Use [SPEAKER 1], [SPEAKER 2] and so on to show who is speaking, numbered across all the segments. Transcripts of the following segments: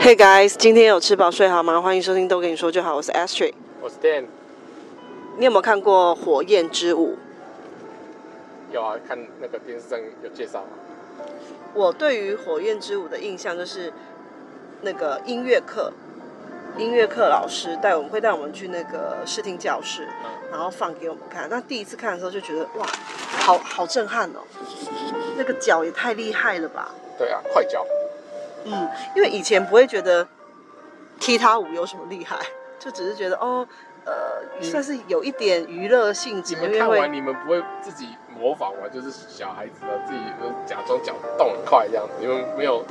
[SPEAKER 1] Hey guys，今天有吃饱睡好吗？欢迎收听《都跟你说就好》，我是 Astrid。
[SPEAKER 2] 我是 Dan，
[SPEAKER 1] 你有没有看过《火焰之舞》？
[SPEAKER 2] 有啊，看那个电视上有介绍嘛，
[SPEAKER 1] 我对于《火焰之舞》的印象就是那个音乐课，音乐课老师带我们会带我们去那个视听教室，然后放给我们看。那第一次看的时候就觉得哇，好好震撼哦！那个脚也太厉害了吧！
[SPEAKER 2] 对啊，快脚，
[SPEAKER 1] 嗯，因为以前不会觉得踢踏舞有什么厉害， 就只是觉得哦，呃，算是有一点娱乐性质，
[SPEAKER 2] 嗯你
[SPEAKER 1] 因
[SPEAKER 2] 们
[SPEAKER 1] 为
[SPEAKER 2] 看
[SPEAKER 1] 会
[SPEAKER 2] 完你们不会自己模仿吗？就是小孩子的自己就是假装脚动很快这样子，你们没有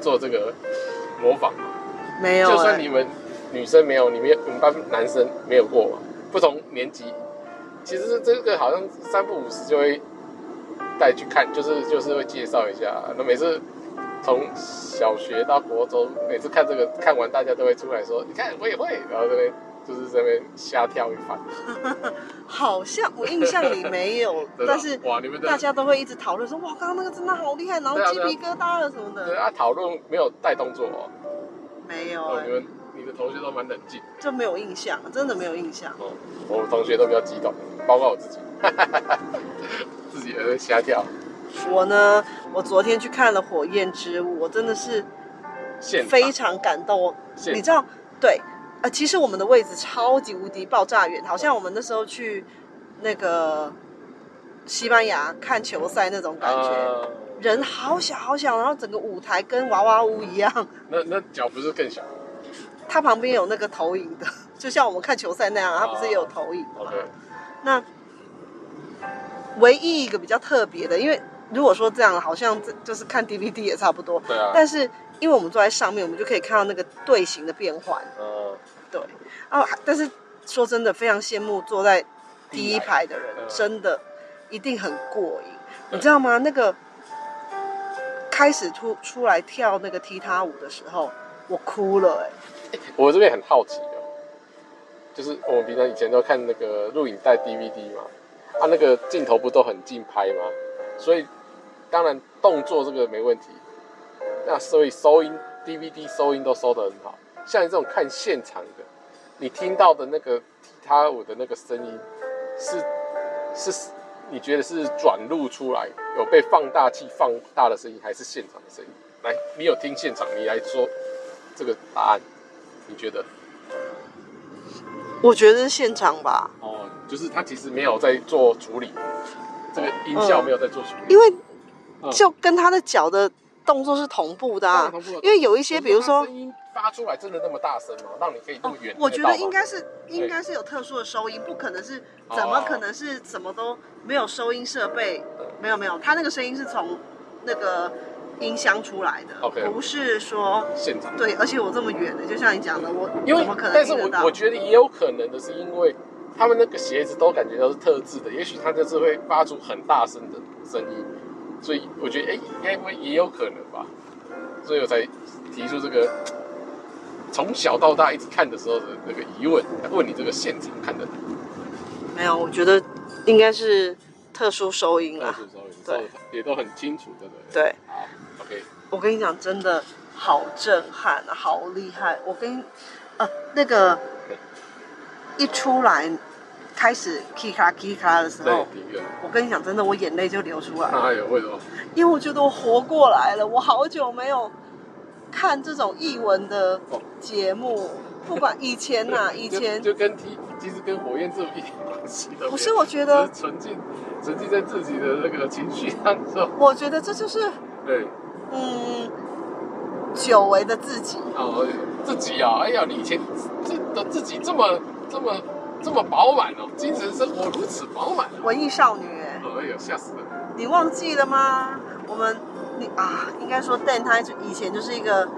[SPEAKER 2] 做这个模仿吗？
[SPEAKER 1] 没有、
[SPEAKER 2] 就算
[SPEAKER 1] 哎
[SPEAKER 2] 你们女生没有，你们你们班男生没有过嘛？不同年级，其实这个好像三不五时就会带去看，就是就是会介绍一下。那每次从小学到国中，每次看这个看完，大家都会出来说：“你看我也会。”然后这边就是这边瞎跳一番。
[SPEAKER 1] 好像我印象里没有
[SPEAKER 2] ，真的
[SPEAKER 1] 但是
[SPEAKER 2] 哇，你们的
[SPEAKER 1] 大家都会一直讨论说，哇，刚刚那个真的好厉害，然后
[SPEAKER 2] 对啊
[SPEAKER 1] 鸡皮疙瘩了什么的，
[SPEAKER 2] 啊讨论没有带动作哦，
[SPEAKER 1] 没有、
[SPEAKER 2] 哦
[SPEAKER 1] 哎
[SPEAKER 2] 你们你的同学都蛮冷静
[SPEAKER 1] 就没有印象，真的没有印象。
[SPEAKER 2] 哦，我同学都比较激动，包括我自己， 自己也在瞎跳。
[SPEAKER 1] 我呢，我昨天去看了《火焰之舞》，我真的是
[SPEAKER 2] 现场
[SPEAKER 1] 非常感动，我
[SPEAKER 2] 现
[SPEAKER 1] 你知道，对，呃，其实我们的位置超级无敌爆炸远，好像我们那时候去那个西班牙看球赛那种感觉，
[SPEAKER 2] 啊
[SPEAKER 1] 人好小好小，然后整个舞台跟娃娃屋一样，
[SPEAKER 2] 那那脚不是更小
[SPEAKER 1] 它旁边有那个投影的， 就像我们看球赛那样，它不是也有投影吗？
[SPEAKER 2] 啊？OK，
[SPEAKER 1] 那唯一一个比较特别的，因为如果说这样，好像这就是看 DVD 也差不多，
[SPEAKER 2] 对啊。
[SPEAKER 1] 但是因为我们坐在上面，我们就可以看到那个队形的变换。
[SPEAKER 2] 呃，
[SPEAKER 1] 对，啊，但是说真的，非常羡慕坐在第一排的人
[SPEAKER 2] 嗯，
[SPEAKER 1] 真的一定很过瘾，
[SPEAKER 2] 对
[SPEAKER 1] 你知道吗？那个开始出出来跳那个踢踏舞的时候，我哭了、哎，
[SPEAKER 2] 我这边很好奇哦，就是我们平常以前都看那个录影带 DVD 嘛，啊，那个镜头不都很近拍吗？所以当然动作这个没问题，那所以收音 DVD 收音都收得很好。像你这种看现场的，你听到的那个踢踏舞的那个声音，是是你觉得是转录出来有被放大器放大的声音，还是现场的声音？来，你有听现场，你来说这个答案。你觉得？
[SPEAKER 1] 我觉得是现场吧，
[SPEAKER 2] 哦，就是他其实没有在做处理，这个音效没有在做处理。
[SPEAKER 1] 因为
[SPEAKER 2] 嗯
[SPEAKER 1] 就跟他的脚的动作是同步的、啊
[SPEAKER 2] 当然同步了，
[SPEAKER 1] 因为有一些，比如
[SPEAKER 2] 我
[SPEAKER 1] 说
[SPEAKER 2] 它。声音发出来真的那么大声吗？让你可以那
[SPEAKER 1] 哦
[SPEAKER 2] 么远、，
[SPEAKER 1] 我觉得应该
[SPEAKER 2] 是
[SPEAKER 1] 是应该是有特殊的收音，不可能是
[SPEAKER 2] 哦
[SPEAKER 1] 怎么可能是什么都没有收音设备
[SPEAKER 2] 嗯？
[SPEAKER 1] 没有没有，他那个声音是从那个音箱出来的
[SPEAKER 2] OK
[SPEAKER 1] 不是说
[SPEAKER 2] 现场。
[SPEAKER 1] 对，而且我这么远的，就像你讲的，我
[SPEAKER 2] 因为
[SPEAKER 1] 怎么可能
[SPEAKER 2] 但是
[SPEAKER 1] 听得
[SPEAKER 2] 我
[SPEAKER 1] 到
[SPEAKER 2] 我？觉得也有可能的是，因为他们那个鞋子都感觉到是特制的，也许它就是会发出很大声的声音，所以我觉得哎，应该不会也有可能吧，所以我才提出这个从小到大一直看的时候的那个疑问，问你这个现场看的
[SPEAKER 1] 没有，我觉得应该是特殊收音
[SPEAKER 2] 到
[SPEAKER 1] 啊
[SPEAKER 2] 处。都有，
[SPEAKER 1] 对
[SPEAKER 2] 也都很清楚，对不对？
[SPEAKER 1] 对，
[SPEAKER 2] 好，OK，
[SPEAKER 1] 我跟你讲，真的好震撼，啊好厉害！我跟呃那个一出来开始 k 咔 k 咔的时
[SPEAKER 2] 那
[SPEAKER 1] 候，
[SPEAKER 2] 你第一个，
[SPEAKER 1] 我跟你讲，真的，我眼泪就流出来了，
[SPEAKER 2] 哎呦，为什么？
[SPEAKER 1] 因为我觉得我活过来了。我好久没有看这种译文的节目，不管以前呐、以前
[SPEAKER 2] 就就跟踢，其实跟火焰这种一点关系都没有。
[SPEAKER 1] 不是，我觉得
[SPEAKER 2] 只，是沉浸沉浸在自己的那个情绪当中。
[SPEAKER 1] 我觉得这就是
[SPEAKER 2] 对，
[SPEAKER 1] 嗯，久违的自己。
[SPEAKER 2] 哦，自己啊，哎呀，你以前这的自己这么这么这么饱满哦，精神生活如此饱满啊！
[SPEAKER 1] 文艺少女、哎，
[SPEAKER 2] 哎呦，吓死人！
[SPEAKER 1] 你忘记了吗？我们你啊，应该说 Dan 他以前就是一个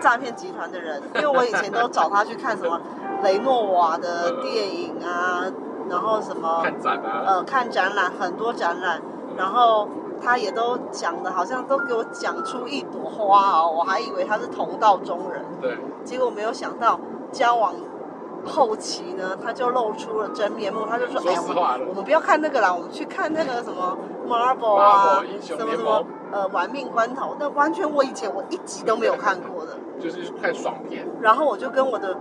[SPEAKER 1] 诈骗集团的人，因为我以前都找他去看什么雷诺瓦的电影啊，然后什么
[SPEAKER 2] 看展啊，
[SPEAKER 1] 呃看展览，很多展览，然后他也都讲的，好像都给我讲出一朵花哦，我还以为他是同道中人，
[SPEAKER 2] 对，
[SPEAKER 1] 结果没有想到交往后期呢，他就露出了真面目，他就说：“
[SPEAKER 2] 说
[SPEAKER 1] 哎呀，
[SPEAKER 2] 实话
[SPEAKER 1] 我
[SPEAKER 2] 了，
[SPEAKER 1] 们不要看那个啦，我们去看那个什么 Marvel 啊
[SPEAKER 2] Marvel，英雄
[SPEAKER 1] 什么
[SPEAKER 2] 联
[SPEAKER 1] 什么
[SPEAKER 2] 盟
[SPEAKER 1] 呃玩命关头，那完全我以前我一集都没有看过的。
[SPEAKER 2] 就是看爽片。
[SPEAKER 1] 然后我就跟我的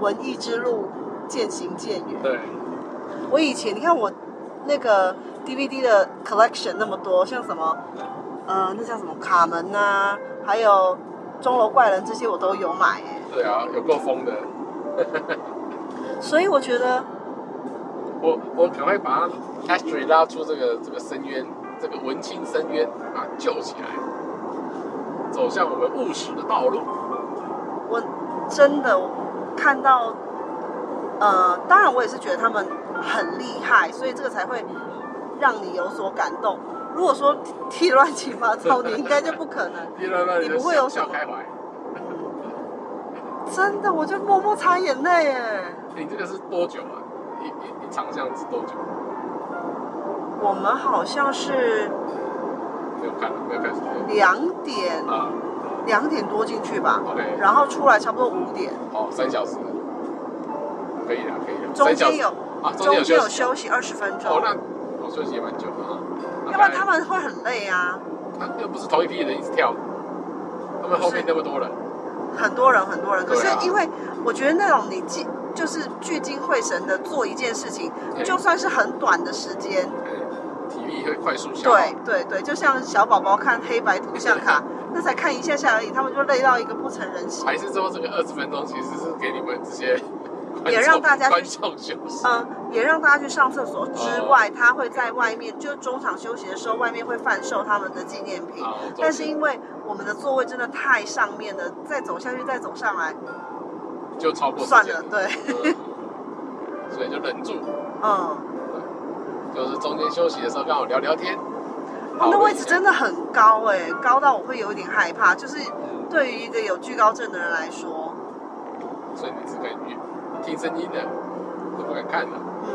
[SPEAKER 1] 文艺之路渐行渐远。
[SPEAKER 2] 对，
[SPEAKER 1] 我以前你看我那个 DVD 的 collection 那么多，像什么呃那叫什么卡门呐、还有钟楼怪人这些我都有买耶、
[SPEAKER 2] 对啊，有够疯的。
[SPEAKER 1] 所以我觉得
[SPEAKER 2] 我我赶快把他 history 拉出这个这个深渊，这个文青深渊啊，救起来，走向我们务实的道路。
[SPEAKER 1] 我真的看到，呃，当然我也是觉得他们很厉害，所以这个才会让你有所感动。如果说 踢乱七八糟，你应该就不可能。
[SPEAKER 2] 第二段
[SPEAKER 1] 你不会有什
[SPEAKER 2] 笑
[SPEAKER 1] 么
[SPEAKER 2] 开怀，
[SPEAKER 1] 真的，我就默默擦眼泪耶。
[SPEAKER 2] 你这个是多久啊？一一一场这样子多久？啊
[SPEAKER 1] 我们好像是
[SPEAKER 2] 没有看，没有看时间
[SPEAKER 1] 两点
[SPEAKER 2] 啊。
[SPEAKER 1] 两点多进去吧，
[SPEAKER 2] OK，
[SPEAKER 1] 然后出来差不多五点，
[SPEAKER 2] 哦，三小时，可以了，可以了。
[SPEAKER 1] 中
[SPEAKER 2] 三小
[SPEAKER 1] 间
[SPEAKER 2] 时
[SPEAKER 1] 有
[SPEAKER 2] 啊，中
[SPEAKER 1] 中
[SPEAKER 2] 间
[SPEAKER 1] 间
[SPEAKER 2] 有
[SPEAKER 1] 有休
[SPEAKER 2] 休息。
[SPEAKER 1] 息二十分钟，
[SPEAKER 2] 哦，那我休息也蛮久的啊。
[SPEAKER 1] 要不然他们会很累啊。
[SPEAKER 2] 他又不是同一批人一直跳，他们后面那么多人。
[SPEAKER 1] 很多人，很多人。可是
[SPEAKER 2] 对啊
[SPEAKER 1] 因为我觉得那种你聚就是聚精会神的做一件事情，
[SPEAKER 2] 对
[SPEAKER 1] 就算是很短的时间，
[SPEAKER 2] 哎体力会快速消耗。
[SPEAKER 1] 对对对，就像小宝宝看黑白图像 卡，那才看一下下而已，他们就累到一个不成人形。
[SPEAKER 2] 还是说这个二十分钟其实是给你们这些
[SPEAKER 1] 也让大家去
[SPEAKER 2] 观众休息？
[SPEAKER 1] 嗯，也让大家去上厕所之
[SPEAKER 2] 哦
[SPEAKER 1] 外，他会在外面，就是中场休息的时候，外面会贩售他们的纪念品。
[SPEAKER 2] 啊，
[SPEAKER 1] 但是因为我们的座位真的太上面了，再走下去再走上来，
[SPEAKER 2] 就超过时
[SPEAKER 1] 算
[SPEAKER 2] 间
[SPEAKER 1] 了，对，
[SPEAKER 2] 嗯 所以就忍住，
[SPEAKER 1] 嗯，
[SPEAKER 2] 就是中间休息的时候刚好聊聊天。
[SPEAKER 1] 他们哦的位置真
[SPEAKER 2] 的
[SPEAKER 1] 的很高哎、高到我会有一点害怕，就是
[SPEAKER 2] 嗯
[SPEAKER 1] 对于一个有惧高症的人来说，
[SPEAKER 2] 所以你只敢听声音的，都不敢看的，
[SPEAKER 1] 嗯，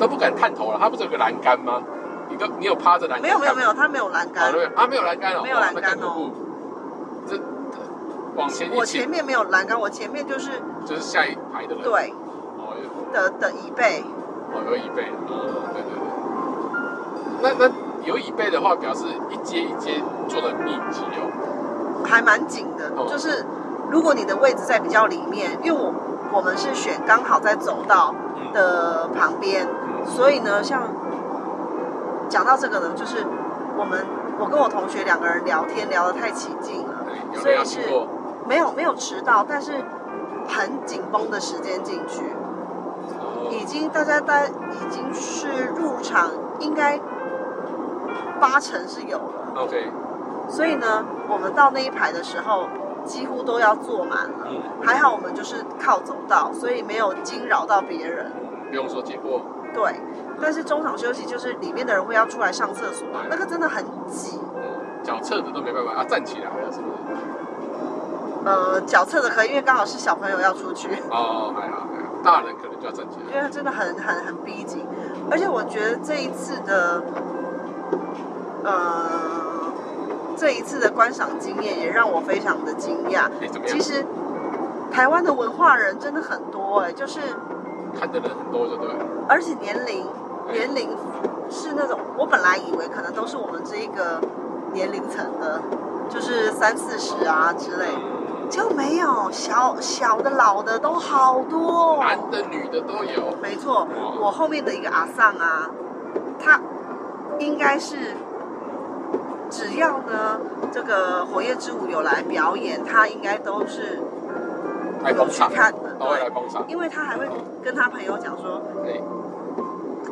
[SPEAKER 2] 都不敢探头了。它不是有个栏杆吗？你都你有趴着栏杆？
[SPEAKER 1] 没有没有没有，他没有栏
[SPEAKER 2] 啊，
[SPEAKER 1] 杆
[SPEAKER 2] 没，有啊，没有栏杆哦，
[SPEAKER 1] 没有栏杆哦
[SPEAKER 2] 哇那更恐怖。这往前一
[SPEAKER 1] 我
[SPEAKER 2] 起
[SPEAKER 1] 前，面没有栏杆，我前面就是
[SPEAKER 2] 就是下一排的人。
[SPEAKER 1] 对
[SPEAKER 2] 哦，有
[SPEAKER 1] 的的椅背，
[SPEAKER 2] 哦，有椅背，嗯，对对对。那那有椅背的话，表示一阶一阶做的密集哦。
[SPEAKER 1] 还蛮紧的
[SPEAKER 2] 哦，
[SPEAKER 1] 就是如果你的位置在比较里面，因为我我们是选刚好在走道
[SPEAKER 2] 嗯，
[SPEAKER 1] 的旁边，
[SPEAKER 2] 嗯
[SPEAKER 1] 所以呢，像讲到这个呢，就是我们我跟我同学两个人聊天聊得太起劲了，
[SPEAKER 2] 哎有
[SPEAKER 1] 所
[SPEAKER 2] 没有
[SPEAKER 1] 以
[SPEAKER 2] 经
[SPEAKER 1] 是
[SPEAKER 2] 过？
[SPEAKER 1] 没有没有迟到，但是很紧绷的时间进去，
[SPEAKER 2] 哦
[SPEAKER 1] 已经大家大已经是入场应该八成是有了，
[SPEAKER 2] ，OK，
[SPEAKER 1] 所以呢，我们到那一排的时候几乎都要坐满了。
[SPEAKER 2] 嗯，
[SPEAKER 1] 还好我们就是靠走道，所以没有惊扰到别人。
[SPEAKER 2] 不用说结果，
[SPEAKER 1] 对，但是中场休息就是里面的人会要出来上厕所，那个真的很挤。
[SPEAKER 2] 嗯，脚侧的都没办法啊，站起来了是不是？
[SPEAKER 1] 呃，脚侧的可以，因为刚好是小朋友要出去，
[SPEAKER 2] 哦，还好还好，大人可能就要站起来。
[SPEAKER 1] 因为真的很很很逼紧。而且我觉得这一次的，呃，这一次的观赏经验也让我非常的惊讶。
[SPEAKER 2] 哎，怎么样
[SPEAKER 1] 其？实台湾的文化人真的很多哎、就是
[SPEAKER 2] 看的人很多，就对了。
[SPEAKER 1] 而且年龄年龄是那种，我本来以为可能都是我们这一个年龄层的，就是三四十啊之类，
[SPEAKER 2] 嗯
[SPEAKER 1] 结果没有，小小的、老的都好多、
[SPEAKER 2] 男的女的都有。
[SPEAKER 1] 没错，
[SPEAKER 2] 哇
[SPEAKER 1] 我后面的一个阿桑啊，他应该是只要呢这个火焰之舞有来表演，他应该都是
[SPEAKER 2] 来
[SPEAKER 1] 有
[SPEAKER 2] 捧
[SPEAKER 1] 去
[SPEAKER 2] 场，
[SPEAKER 1] 看的，
[SPEAKER 2] 都会来
[SPEAKER 1] 对，
[SPEAKER 2] 捧场。
[SPEAKER 1] 因为他还会跟他朋友讲说，
[SPEAKER 2] 哎，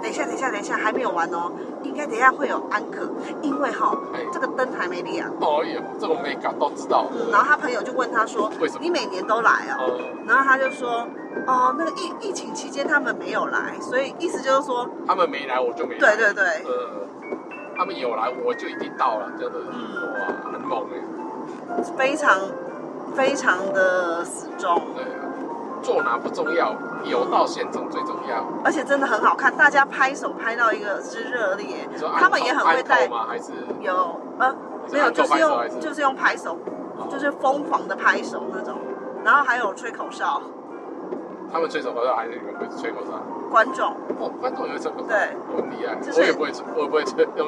[SPEAKER 1] 等一下，等一下，等一下，还没有完哦，应该等一下会有安可，因为哈、
[SPEAKER 2] 哎
[SPEAKER 1] 这个灯还没亮。
[SPEAKER 2] 哦哟，这种美感都知道。
[SPEAKER 1] 嗯，然后他朋友就问他说
[SPEAKER 2] 为什么：“
[SPEAKER 1] 你每年都来啊、
[SPEAKER 2] 呃，
[SPEAKER 1] 然后他就说：“哦，那个疫疫情期间他们没有来，所以意思就是说，
[SPEAKER 2] 他们没来，我就没来。
[SPEAKER 1] 对对对，
[SPEAKER 2] 呃，他们有来，我就一定到了，真的，
[SPEAKER 1] 嗯
[SPEAKER 2] 哇，很猛哎，
[SPEAKER 1] 非常非常的死忠，
[SPEAKER 2] 对啊，坐哪不重要，有到现场最重要。
[SPEAKER 1] 而且真的很好看，大家拍手拍到一个是热烈，
[SPEAKER 2] 你说
[SPEAKER 1] 他们也很会带
[SPEAKER 2] 按扣吗？还是
[SPEAKER 1] 有呃没有，
[SPEAKER 2] 按扣
[SPEAKER 1] 就是
[SPEAKER 2] 拍手还
[SPEAKER 1] 用
[SPEAKER 2] 是
[SPEAKER 1] 就是用拍手，
[SPEAKER 2] 哦
[SPEAKER 1] 就是疯狂的拍手那种，然后还有吹口哨。”
[SPEAKER 2] 他们吹口哨还是你们吹口哨？
[SPEAKER 1] 观众，
[SPEAKER 2] 哦，观众也会吹口哨，
[SPEAKER 1] 对
[SPEAKER 2] 我很厉害，
[SPEAKER 1] 就是
[SPEAKER 2] 我也不会吹，我也不会吹用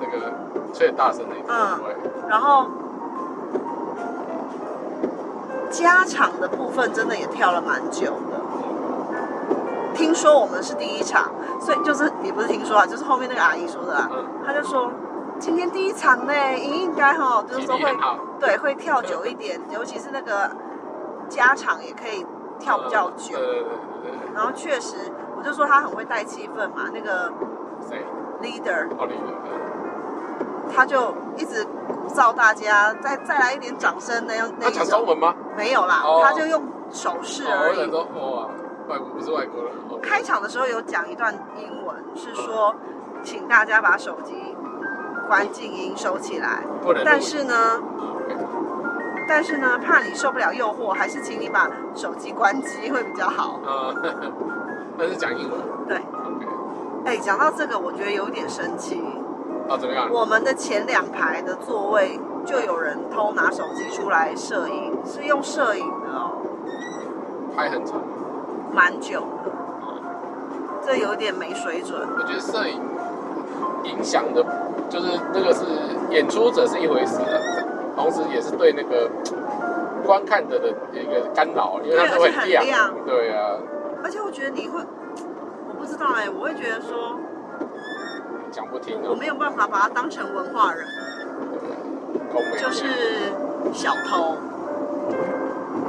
[SPEAKER 2] 那个吹大声那种，
[SPEAKER 1] 嗯
[SPEAKER 2] 不会。
[SPEAKER 1] 然后加场的部分真的也跳了蛮久的。听说我们是第一场，所以就是也不是听说啊，就是后面那个阿姨说的啊，
[SPEAKER 2] 嗯，
[SPEAKER 1] 她就说今天第一场呢，莹应该哈，就是
[SPEAKER 2] 体
[SPEAKER 1] 说
[SPEAKER 2] 力
[SPEAKER 1] 会
[SPEAKER 2] 很好，
[SPEAKER 1] 对，会跳久一点，尤其是那个家常也可以跳比较久
[SPEAKER 2] 对。对对对
[SPEAKER 1] 然后确实，我就说他很会带气氛嘛。那个
[SPEAKER 2] 对，谁？
[SPEAKER 1] leader
[SPEAKER 2] 奥利给。
[SPEAKER 1] 他就一直鼓噪大家，再再来一点掌声那样那
[SPEAKER 2] 他
[SPEAKER 1] 一
[SPEAKER 2] 讲中
[SPEAKER 1] 种。
[SPEAKER 2] 文吗？
[SPEAKER 1] 没有啦，
[SPEAKER 2] 哦
[SPEAKER 1] 他就用手势
[SPEAKER 2] 哦
[SPEAKER 1] 而
[SPEAKER 2] 我想
[SPEAKER 1] 已。
[SPEAKER 2] 说，哇，外国不是外国人，哦
[SPEAKER 1] 开场的时候有讲一段英文，是说
[SPEAKER 2] 嗯
[SPEAKER 1] 请大家把手机关静音收起来。
[SPEAKER 2] 不能录影。
[SPEAKER 1] 但是呢，
[SPEAKER 2] OK，
[SPEAKER 1] 但是呢，怕你受不了诱惑，还是请你把手机关机会比较好。
[SPEAKER 2] 呃，但是讲英文。
[SPEAKER 1] 对
[SPEAKER 2] OK，
[SPEAKER 1] 哎，讲到这个，我觉得有点生气。
[SPEAKER 2] 哦，怎么样？
[SPEAKER 1] 我们的前两排的座位就有人偷拿手机出来摄影，是用摄影的哦，
[SPEAKER 2] 拍很长。
[SPEAKER 1] 蛮久的，这有点没水准。
[SPEAKER 2] 我觉得摄影影响的，就是那个是演出者是一回事啊，同时也是对那个观看者的一个干扰，因为它是
[SPEAKER 1] 对
[SPEAKER 2] 会
[SPEAKER 1] 而且很
[SPEAKER 2] 亮，
[SPEAKER 1] 亮
[SPEAKER 2] 对啊，
[SPEAKER 1] 而且我觉得你会，我不知道哎、我会觉得说
[SPEAKER 2] 讲不听
[SPEAKER 1] 我
[SPEAKER 2] 啊，
[SPEAKER 1] 没有办法把它当成文化人，
[SPEAKER 2] 公美
[SPEAKER 1] 就是小偷。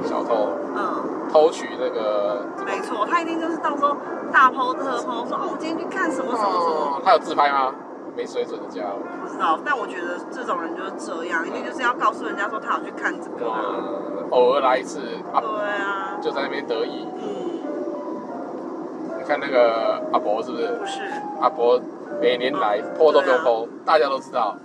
[SPEAKER 2] 小偷
[SPEAKER 1] 嗯，
[SPEAKER 2] 偷取那个
[SPEAKER 1] 没错，他一定就是到时候大抛特抛，说哦，我今天去看什么什么什么。
[SPEAKER 2] 哦，他有自拍吗？没水准的家伙，
[SPEAKER 1] 不知道，但我觉得这种人就是这样，一定就是要告诉人家说他有去看这个啊。
[SPEAKER 2] 哇偶尔来一次啊，
[SPEAKER 1] 对啊，
[SPEAKER 2] 就在那边得意。
[SPEAKER 1] 嗯，
[SPEAKER 2] 你看那个阿伯是不是？
[SPEAKER 1] 不是，
[SPEAKER 2] 阿伯每年来剖都不用
[SPEAKER 1] 对啊
[SPEAKER 2] 剖，大家都知道，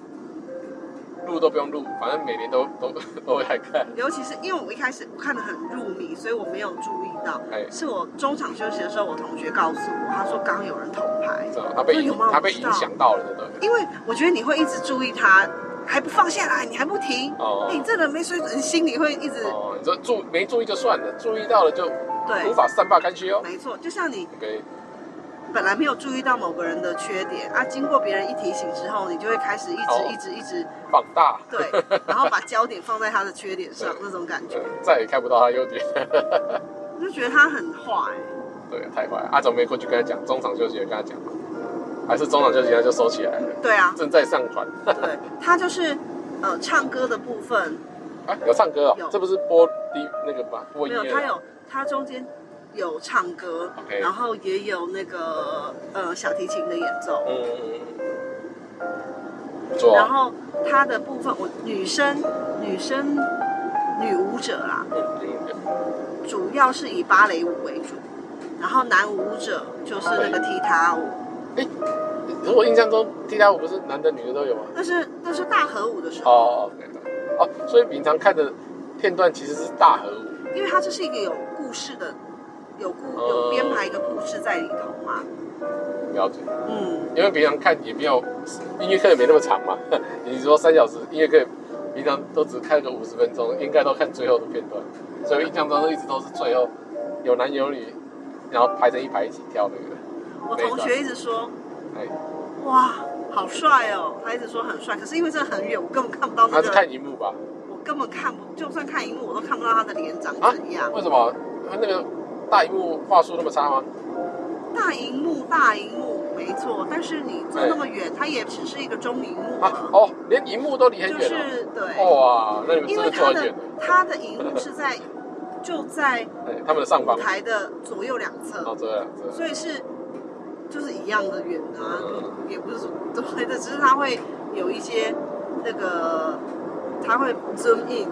[SPEAKER 2] 录都不用录，反正每年都都都会来看。
[SPEAKER 1] 尤其是因为我一开始我看得很入迷，所以我没有注意到。
[SPEAKER 2] 哎，
[SPEAKER 1] 是我中场休息的时候，我同学告诉我，他说刚刚有人偷拍，
[SPEAKER 2] 知道他被
[SPEAKER 1] 那有
[SPEAKER 2] 影
[SPEAKER 1] 吗
[SPEAKER 2] 他被
[SPEAKER 1] 我不知道
[SPEAKER 2] 影响到了，对不对？
[SPEAKER 1] 因为我觉得你会一直注意他，还不放下来，你还不停，
[SPEAKER 2] 哦
[SPEAKER 1] 哎，你这人没水准，你心里会一直
[SPEAKER 2] 哦，你说注没注意就算了，注意到了就无
[SPEAKER 1] 对，
[SPEAKER 2] 法善罢甘休哦。
[SPEAKER 1] 没错，就像你
[SPEAKER 2] OK，
[SPEAKER 1] 本来没有注意到某个人的缺点啊，经过别人一提醒之后，你就会开始一
[SPEAKER 2] 哦
[SPEAKER 1] 直一直一直
[SPEAKER 2] 放大，
[SPEAKER 1] 对， 然后把焦点放在他的缺点上，那种感觉，
[SPEAKER 2] 嗯再也看不到他优点。
[SPEAKER 1] 我就觉得他很坏、
[SPEAKER 2] 对，太坏了。阿总没过去跟他讲，中场休息也跟他讲，还是中场休息他就收起来了，
[SPEAKER 1] 对啊，
[SPEAKER 2] 正在上传。
[SPEAKER 1] 对，他就是呃唱歌的部分
[SPEAKER 2] 啊，有唱歌哦
[SPEAKER 1] 有，
[SPEAKER 2] 这不是播第那个吧？播
[SPEAKER 1] 没
[SPEAKER 2] 音
[SPEAKER 1] 有，
[SPEAKER 2] 乐
[SPEAKER 1] 他
[SPEAKER 2] 的。
[SPEAKER 1] 有他中间有唱歌
[SPEAKER 2] OK
[SPEAKER 1] 然后也有那个呃小提琴的演奏，
[SPEAKER 2] 嗯嗯嗯嗯，不错
[SPEAKER 1] 然
[SPEAKER 2] 啊。
[SPEAKER 1] 后他的部分我女生女生女舞者啦，
[SPEAKER 2] 嗯嗯嗯
[SPEAKER 1] 主要是以芭蕾舞为主，然后男舞者就是那个踢踏舞，
[SPEAKER 2] 可我印象中踢踏舞不是男的女的都有吗？
[SPEAKER 1] 那是那是大合舞的时候。
[SPEAKER 2] 哦哦，哦，所以平常看的片段其实是大合舞，
[SPEAKER 1] 因为它这是一个有故事的，有故
[SPEAKER 2] 哦
[SPEAKER 1] 有编排一个故事在里头嘛。
[SPEAKER 2] 了解。
[SPEAKER 1] 嗯，
[SPEAKER 2] 因为平常看也没有音乐课也没那么长嘛， 你说三小时音乐课，平常都只看个五十分钟，应该都看最后的片段，所以印象中一直都是最后有男有女，然后排成一排一起跳那个。
[SPEAKER 1] 我同学一直说
[SPEAKER 2] 哎，
[SPEAKER 1] 哇，好帅哦，他一直说很帅，可是因为这很远，我根本看不到那
[SPEAKER 2] 他是
[SPEAKER 1] 个，
[SPEAKER 2] 看荧幕吧？
[SPEAKER 1] 我根本看不，就算看荧幕，我都看不到他的脸长怎样。
[SPEAKER 2] 啊为什么他那个大荧幕画术那么差吗？
[SPEAKER 1] 大荧幕，大荧幕，没错，但是你坐
[SPEAKER 2] 哎
[SPEAKER 1] 那么远，它也只是一个中荧幕
[SPEAKER 2] 啊
[SPEAKER 1] 嘛，
[SPEAKER 2] 哦，连荧幕都离很
[SPEAKER 1] 就
[SPEAKER 2] 远了、哦
[SPEAKER 1] 是对，
[SPEAKER 2] 哇，那你们
[SPEAKER 1] 因
[SPEAKER 2] 真
[SPEAKER 1] 为
[SPEAKER 2] 的坐
[SPEAKER 1] 它
[SPEAKER 2] 很
[SPEAKER 1] 的
[SPEAKER 2] 远了，
[SPEAKER 1] 它的荧幕是在就在
[SPEAKER 2] 哎他们的上
[SPEAKER 1] 舞
[SPEAKER 2] 方
[SPEAKER 1] 台的左右两侧。
[SPEAKER 2] 哦，这样子，
[SPEAKER 1] 所以是就是一样的远啊，
[SPEAKER 2] 嗯
[SPEAKER 1] 也不是说对的，只是它会有一些那个，它会 zoom in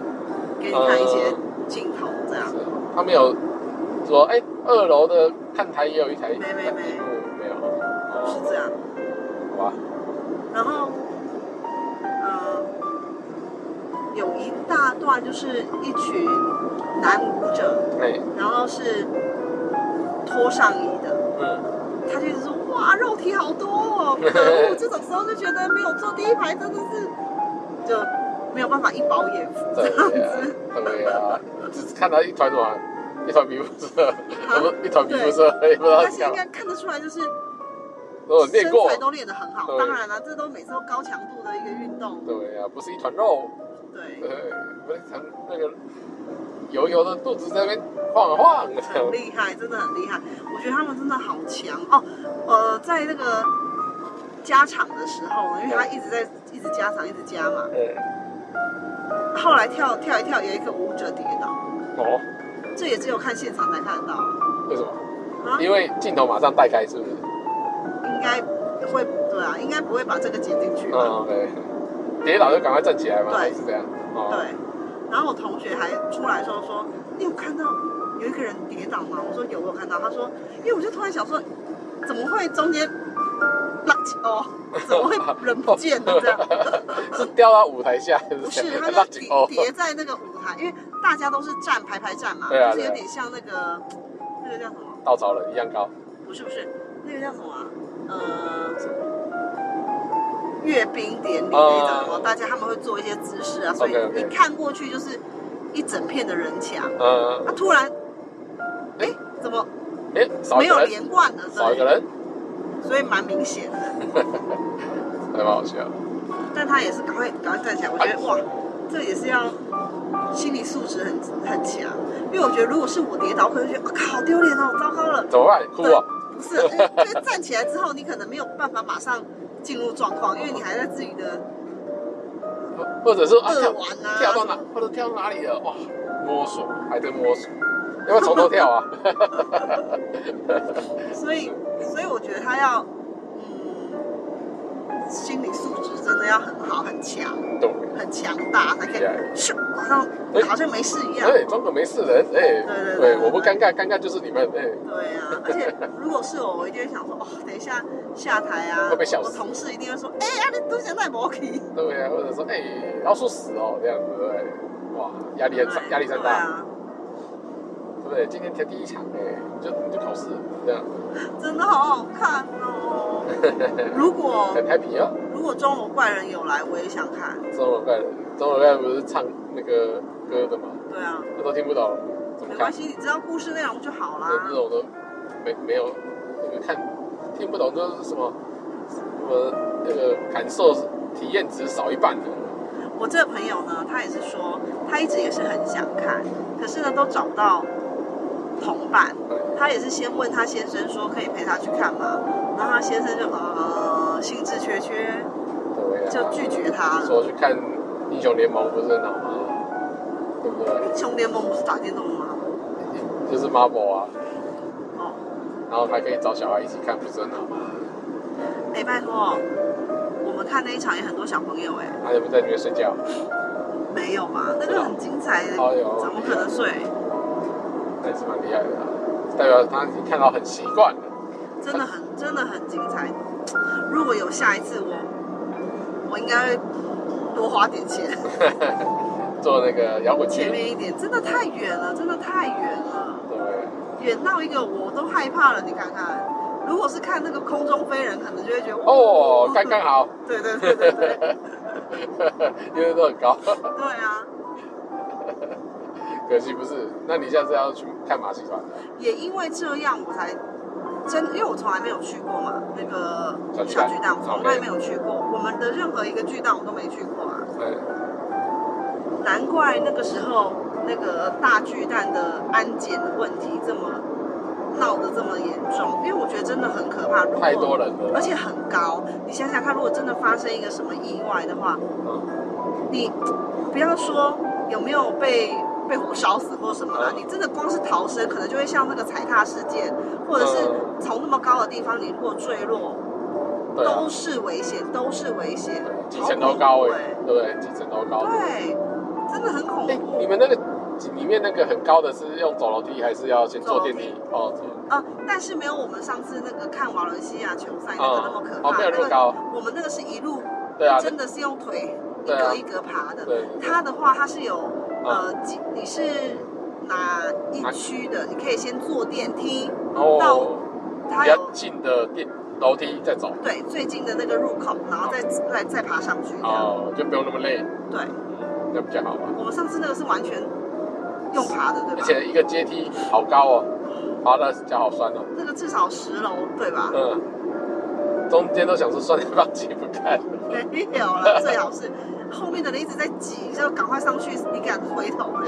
[SPEAKER 1] 给你看一些镜头这样。
[SPEAKER 2] 是他们有说，哎，二楼的看台也有一台荧幕，
[SPEAKER 1] 没没没
[SPEAKER 2] 没有，
[SPEAKER 1] 是
[SPEAKER 2] 哦
[SPEAKER 1] 这样，
[SPEAKER 2] 好吧，
[SPEAKER 1] 然后，呃，有一大段就是一群男舞者，
[SPEAKER 2] 哎，
[SPEAKER 1] 然后是脱上衣的，
[SPEAKER 2] 嗯，
[SPEAKER 1] 他就一直说哇肉体好多哦，可恶！这种时候就觉得没有坐第一排真的是就没有办法一饱眼福这
[SPEAKER 2] 对啊
[SPEAKER 1] 样
[SPEAKER 2] 呀
[SPEAKER 1] 子。，
[SPEAKER 2] 对呀，只是看到一团团一团皮肤
[SPEAKER 1] 啊
[SPEAKER 2] 色， 我们一团皮肤色，也不知道
[SPEAKER 1] 而
[SPEAKER 2] 在
[SPEAKER 1] 且
[SPEAKER 2] 干
[SPEAKER 1] 应
[SPEAKER 2] 嘛。
[SPEAKER 1] 该看得出来，就是
[SPEAKER 2] 啊我哦练
[SPEAKER 1] 身
[SPEAKER 2] 过
[SPEAKER 1] 材，都练得很好。
[SPEAKER 2] 对
[SPEAKER 1] 当然了，这都每次都高强度的一个运动，
[SPEAKER 2] 对呀、不是一团肉，
[SPEAKER 1] 对
[SPEAKER 2] 呃，，不是一团那个油油的肚子在那边晃啊晃，这
[SPEAKER 1] 很
[SPEAKER 2] 样
[SPEAKER 1] 厉害，真的很厉害。我觉得他们真的好强哦。呃，在那个加场的时候，因为他一直在一直加场，一直加嘛，
[SPEAKER 2] 呃，
[SPEAKER 1] 后来跳跳一跳，有一个舞者跌倒，
[SPEAKER 2] 哦，
[SPEAKER 1] 这也只有看现场才看得到
[SPEAKER 2] 为什么？
[SPEAKER 1] 啊，
[SPEAKER 2] 因为镜头马上带开，是不是？
[SPEAKER 1] 应该会对啊，应该不会把这个剪进去吧？
[SPEAKER 2] 嗯，对。跌倒就赶快站起来嘛，
[SPEAKER 1] 对
[SPEAKER 2] 还是这样。哦，
[SPEAKER 1] 对，然后我同学还出来说说，你有看到有一个人跌倒吗？我说有，我有看到。他说，因为我就突然想说，怎么会中间拉起哦， 怎么会人不见了这样？
[SPEAKER 2] 是掉到舞台下，还
[SPEAKER 1] 不
[SPEAKER 2] 这
[SPEAKER 1] 是，
[SPEAKER 2] 样
[SPEAKER 1] 他
[SPEAKER 2] 拉
[SPEAKER 1] 就
[SPEAKER 2] 紧
[SPEAKER 1] 叠
[SPEAKER 2] 哦，
[SPEAKER 1] 叠在那个舞台，因为大家都是站排排站嘛，
[SPEAKER 2] 对啊
[SPEAKER 1] 就是有
[SPEAKER 2] 对啊
[SPEAKER 1] 点像那个那个叫什么？
[SPEAKER 2] 稻草人一样高。
[SPEAKER 1] 不是不是，那个叫什么啊、呃，阅兵典礼那种，
[SPEAKER 2] 哦
[SPEAKER 1] 然后大家他们会做一些姿势啊，所以
[SPEAKER 2] OK，OK
[SPEAKER 1] 你看过去就是一整片的人墙，
[SPEAKER 2] 嗯，
[SPEAKER 1] 啊，突然，哎、怎么
[SPEAKER 2] 哎，少
[SPEAKER 1] 没
[SPEAKER 2] 一
[SPEAKER 1] 有
[SPEAKER 2] 个人，
[SPEAKER 1] 连贯了？
[SPEAKER 2] 少一个
[SPEAKER 1] 对，
[SPEAKER 2] 人，
[SPEAKER 1] 所以蛮明显的。
[SPEAKER 2] 哎还蛮好笑。
[SPEAKER 1] 但他也是赶快赶快站起来，我
[SPEAKER 2] 哎
[SPEAKER 1] 觉得哇，这也是要心理素质很很强，因为我觉得如果是我跌倒，我可能觉得啊靠好丢脸哦，糟糕了。
[SPEAKER 2] 怎么办？哭啊？
[SPEAKER 1] 不是，因为因为站起来之后，你可能没有办法马上进入状况，因为你还在自己的
[SPEAKER 2] 或者是啊，
[SPEAKER 1] 恶
[SPEAKER 2] 跳
[SPEAKER 1] 玩啊。
[SPEAKER 2] 跳到哪？或者跳到哪里了？哇，摸索，还在摸索，要不要从头跳啊？
[SPEAKER 1] 所以，所以我觉得他要，嗯，心理素质真的要很好、很强、
[SPEAKER 2] 对，
[SPEAKER 1] 很强大，才可以
[SPEAKER 2] Yeah
[SPEAKER 1] 咻，好像
[SPEAKER 2] 哎
[SPEAKER 1] 好像没事一样。
[SPEAKER 2] 哎，装个没事人，哎，
[SPEAKER 1] 对对对
[SPEAKER 2] 对，
[SPEAKER 1] 对
[SPEAKER 2] 我不尴尬，尴尬就是你们，哎，
[SPEAKER 1] 对啊，而且如果是我，我一定会想说，哦，等一下下台啊，
[SPEAKER 2] 会被笑
[SPEAKER 1] 我
[SPEAKER 2] 死
[SPEAKER 1] 同事一定会说，哎、啊，你都想带摩奇，
[SPEAKER 2] 对呀，或者说哎，要说死哦，这样子，对，哇，压力很压力山
[SPEAKER 1] 对
[SPEAKER 2] 大，
[SPEAKER 1] 啊，
[SPEAKER 2] 对不对？今天才第一场，哎，就就考试这样，
[SPEAKER 1] 真的好好看 哦。如果
[SPEAKER 2] 很 happy 啊。
[SPEAKER 1] 如果中国怪人有来，我也想看。
[SPEAKER 2] 中文怪人，中文怪人不是唱那个歌的吗？
[SPEAKER 1] 对啊，
[SPEAKER 2] 我都听不懂，怎么
[SPEAKER 1] 没
[SPEAKER 2] 看
[SPEAKER 1] 关？系，你知道故事内容就好
[SPEAKER 2] 那那
[SPEAKER 1] 啦。
[SPEAKER 2] 种都没没有那个看听不懂，就是什么什么那个感受体验值少一半的，
[SPEAKER 1] 我这个朋友呢，他也是说，他一直也是很想看，可是呢都找不到同伴。他也是先问他先生说可以陪他去看吗？然后他先生就呃兴致缺缺，
[SPEAKER 2] 对
[SPEAKER 1] 就
[SPEAKER 2] 呀、
[SPEAKER 1] 拒绝他了。
[SPEAKER 2] 说去看英雄联盟不是很好吗？对不对？
[SPEAKER 1] 英雄联盟不是打电动吗？
[SPEAKER 2] 就是 Marvel 啊，
[SPEAKER 1] 哦，
[SPEAKER 2] 然后还可以找小孩一起看，不是很好吗？
[SPEAKER 1] 哎，拜托，我们看那一场也很多小朋友哎、
[SPEAKER 2] 他就不在里面睡觉，
[SPEAKER 1] 没有嘛？那个很精彩的，
[SPEAKER 2] 哦有
[SPEAKER 1] 怎么可能睡？
[SPEAKER 2] 那也是蛮厉害的、啊，代表他已经看到很习惯了。
[SPEAKER 1] 真的很真的很精彩。如果有下一次我，我应该会多花点钱，
[SPEAKER 2] 做那个摇滚区，
[SPEAKER 1] 前
[SPEAKER 2] 对
[SPEAKER 1] 面一点，真的太远了，真的太远了，
[SPEAKER 2] 不对？
[SPEAKER 1] 远到一个我都害怕了。你看看，如果是看那个空中飞人，可能就会觉得
[SPEAKER 2] 哦，刚刚好，
[SPEAKER 1] 对对对对对，
[SPEAKER 2] 因为都很高。
[SPEAKER 1] 对啊，
[SPEAKER 2] 可惜不是。那你下次要去看马戏团？
[SPEAKER 1] 也因为这样我才真，因为我从来没有去过嘛，那个
[SPEAKER 2] 小巨
[SPEAKER 1] 小
[SPEAKER 2] 蛋
[SPEAKER 1] 巨蛋我从来
[SPEAKER 2] OK
[SPEAKER 1] 没有去过，我们的任何一个巨蛋我都没去过啊。
[SPEAKER 2] 嗯，
[SPEAKER 1] 难怪那个时候那个大巨蛋的安检的问题这么闹得这么严重，因为我觉得真的很可怕。如果
[SPEAKER 2] 太多人了，
[SPEAKER 1] 而且很高，你想想看，如果真的发生一个什么意外的话，
[SPEAKER 2] 嗯，
[SPEAKER 1] 你不要说有没有被被火烧死或什么啦，
[SPEAKER 2] 嗯
[SPEAKER 1] 你真的光是逃生，可能就会像那个踩踏事件，或者是
[SPEAKER 2] 嗯
[SPEAKER 1] 从那么高的地方你如果坠落，
[SPEAKER 2] 对啊
[SPEAKER 1] 都，是危险，都是危险，
[SPEAKER 2] 几层楼高
[SPEAKER 1] 哎、
[SPEAKER 2] 哎、对不对？几层楼高。
[SPEAKER 1] 对，真的很恐
[SPEAKER 2] 哎、
[SPEAKER 1] 怖。
[SPEAKER 2] 你们那个里面那个很高的是用走楼梯还是要先坐电梯？哦，走
[SPEAKER 1] 啊，但是没有我们上次那个看瓦伦西亚球赛那哎个那么可
[SPEAKER 2] 嗯，
[SPEAKER 1] 怕。
[SPEAKER 2] 哦，没有那么高。
[SPEAKER 1] 那个我们那个是一路
[SPEAKER 2] 对啊，
[SPEAKER 1] 真的是用腿一
[SPEAKER 2] 对啊
[SPEAKER 1] 格一格爬的。
[SPEAKER 2] 对，嗯对
[SPEAKER 1] 它的话，它是有呃几，你是哪一区的？你可以先坐电梯，
[SPEAKER 2] 哦，
[SPEAKER 1] 它
[SPEAKER 2] 比较
[SPEAKER 1] 有
[SPEAKER 2] 近的电楼梯再走，
[SPEAKER 1] 对最近的那个入口，然后再再再爬
[SPEAKER 2] 哦
[SPEAKER 1] 上去这样。
[SPEAKER 2] 哦，就不用那么累，
[SPEAKER 1] 对，
[SPEAKER 2] 嗯，那比较好吧。
[SPEAKER 1] 我们上次那个是完全用爬的对
[SPEAKER 2] 而
[SPEAKER 1] 吧？
[SPEAKER 2] 且一个阶梯好高哦，爬的脚好酸哦。
[SPEAKER 1] 那个至少十楼对吧？
[SPEAKER 2] 嗯，中间都想说算了，要不要挤不看。
[SPEAKER 1] 没有了，最好是后面的人一直在挤，就赶快上去，你敢回头嘞？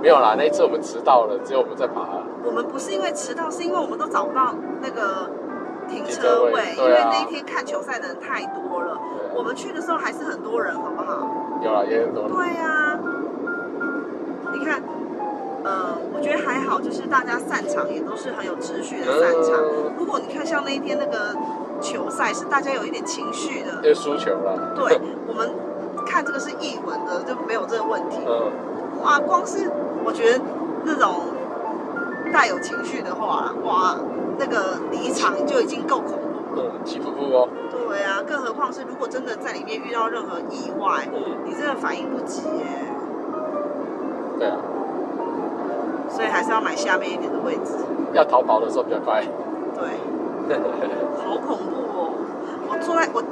[SPEAKER 2] 没有啦，那一次我们迟到了，只有我们在爬。
[SPEAKER 1] 我们不是因为迟到，是因为我们都找不到那个停
[SPEAKER 2] 停
[SPEAKER 1] 车
[SPEAKER 2] 车
[SPEAKER 1] 位，
[SPEAKER 2] 位
[SPEAKER 1] 因
[SPEAKER 2] 对
[SPEAKER 1] 为
[SPEAKER 2] 啊
[SPEAKER 1] 那一天看球赛的人太多了。我们去的时候还是很多人，好不好？
[SPEAKER 2] 有啦，也很多人。
[SPEAKER 1] 对呀、你看，呃，我觉得还好，就是大家散场也都是很有秩序的散场。
[SPEAKER 2] 嗯，
[SPEAKER 1] 如果你看像那一天那个球赛，是大家有一点情绪的，
[SPEAKER 2] 就输球了。
[SPEAKER 1] 对我们看这个是译文的，就没有这个问题。
[SPEAKER 2] 嗯，
[SPEAKER 1] 哇，光是我觉得那种带有情绪的话，哇，那个离场就已经够恐怖了。
[SPEAKER 2] 嗯，气噗噗哦。
[SPEAKER 1] 对啊，更何况是如果真的在里面遇到任何意外，
[SPEAKER 2] 嗯，
[SPEAKER 1] 你真的反应不及耶，
[SPEAKER 2] 对啊，
[SPEAKER 1] 所以还是要买下面一点的位置。
[SPEAKER 2] 要逃跑的时候比较快。
[SPEAKER 1] 对，好恐怖哦！我坐在我，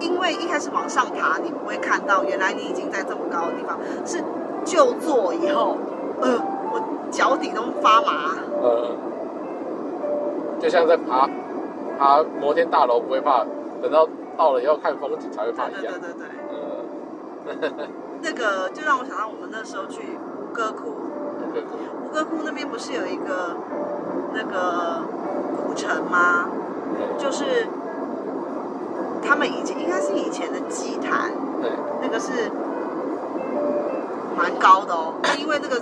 [SPEAKER 1] 因为一开始往上爬，你不会看到，原来你已经在这么高的地方，是就坐以后，呃，我脚底都发麻。
[SPEAKER 2] 嗯，就像在爬爬摩天大楼不会怕，等到到了以后看风景才会怕
[SPEAKER 1] 对
[SPEAKER 2] 一
[SPEAKER 1] 对
[SPEAKER 2] 样
[SPEAKER 1] 对。对对。
[SPEAKER 2] 嗯，
[SPEAKER 1] 那个就让我想到我们那时候去吴哥窟，
[SPEAKER 2] 对
[SPEAKER 1] 吴哥窟那边不是有一个那个古城吗？
[SPEAKER 2] 呃
[SPEAKER 1] 就是他们以前应该是以前的祭坛，
[SPEAKER 2] 对，
[SPEAKER 1] 那个是蛮高的哦，因为那个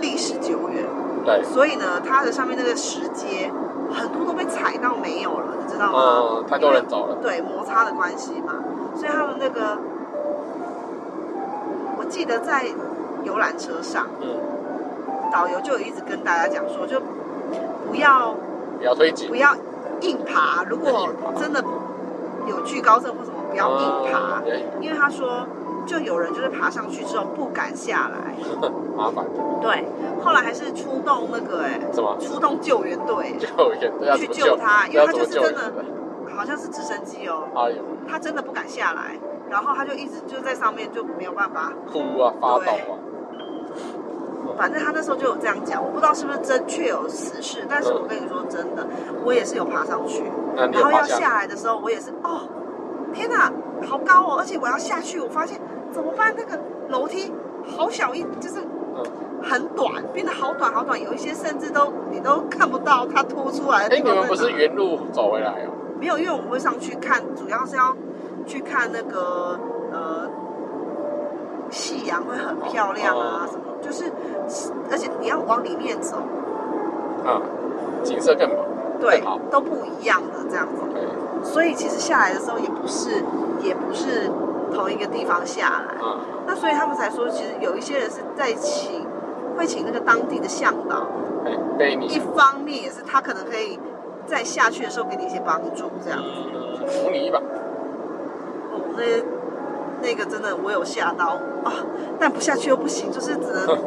[SPEAKER 1] 历史久远，
[SPEAKER 2] 对，
[SPEAKER 1] 所以呢，它的上面那个石阶很多都被踩到没有了，你知道吗？
[SPEAKER 2] 嗯，太多人走了。
[SPEAKER 1] 对摩擦的关系嘛，所以他们那个，我记得在游览车上，
[SPEAKER 2] 嗯，
[SPEAKER 1] 导游就有一直跟大家讲说，就不要
[SPEAKER 2] 不要推挤
[SPEAKER 1] 不。要硬爬，如果真的有惧高症或什么，不要硬爬
[SPEAKER 2] 嗯，对
[SPEAKER 1] 因为他说，就有人就是爬上去之后不敢下来，
[SPEAKER 2] 麻烦
[SPEAKER 1] 对，后来还是出动那个哎、
[SPEAKER 2] 什么？
[SPEAKER 1] 出动救援队
[SPEAKER 2] 救援对要
[SPEAKER 1] 去
[SPEAKER 2] 怎么
[SPEAKER 1] 救
[SPEAKER 2] 救？
[SPEAKER 1] 他，因为
[SPEAKER 2] 要
[SPEAKER 1] 他
[SPEAKER 2] 怎
[SPEAKER 1] 就
[SPEAKER 2] 么
[SPEAKER 1] 是
[SPEAKER 2] 救
[SPEAKER 1] 真
[SPEAKER 2] 援
[SPEAKER 1] 的好像是直升机哦，
[SPEAKER 2] 哎呦，
[SPEAKER 1] 他真的不敢下来，然后他就一直就在上面就没有办法。
[SPEAKER 2] 哭啊，发抖啊。
[SPEAKER 1] 反正他那时候就有这样讲，我不知道是不是真确有此事，但是我跟你说真的，我也是有爬上去，
[SPEAKER 2] 那你
[SPEAKER 1] 然
[SPEAKER 2] 有
[SPEAKER 1] 后
[SPEAKER 2] 爬
[SPEAKER 1] 要
[SPEAKER 2] 下来？
[SPEAKER 1] 下来的时候，我也是哦，天哪，好高哦！而且我要下去，我发现怎么办？那个楼梯好小一，就是很短，变得好短好短，有一些甚至都你都看不到它凸出来的
[SPEAKER 2] 哎，
[SPEAKER 1] 地
[SPEAKER 2] 你
[SPEAKER 1] 方在哪。
[SPEAKER 2] 们不是原路走回来哦？
[SPEAKER 1] 没有，因为我们会上去看，主要是要去看那个呃夕阳会很漂亮啊，
[SPEAKER 2] 哦
[SPEAKER 1] 什么就是，而且你要往里面走，
[SPEAKER 2] 嗯，景色更好。
[SPEAKER 1] 对
[SPEAKER 2] 更好，
[SPEAKER 1] 都不一样的这样子。
[SPEAKER 2] 对，
[SPEAKER 1] 所以其实下来的时候也不是也不是同一个地方下来，
[SPEAKER 2] 嗯，
[SPEAKER 1] 那所以他们才说，其实有一些人是在请会请那个当地的向导，
[SPEAKER 2] 哎，被你
[SPEAKER 1] 一方面也是他可能可以在下去的时候给你一些帮助这样。
[SPEAKER 2] 嗯扶你一 把。
[SPEAKER 1] 哦，那那个真的我有吓到啊，但不下去又不行，就是只 能，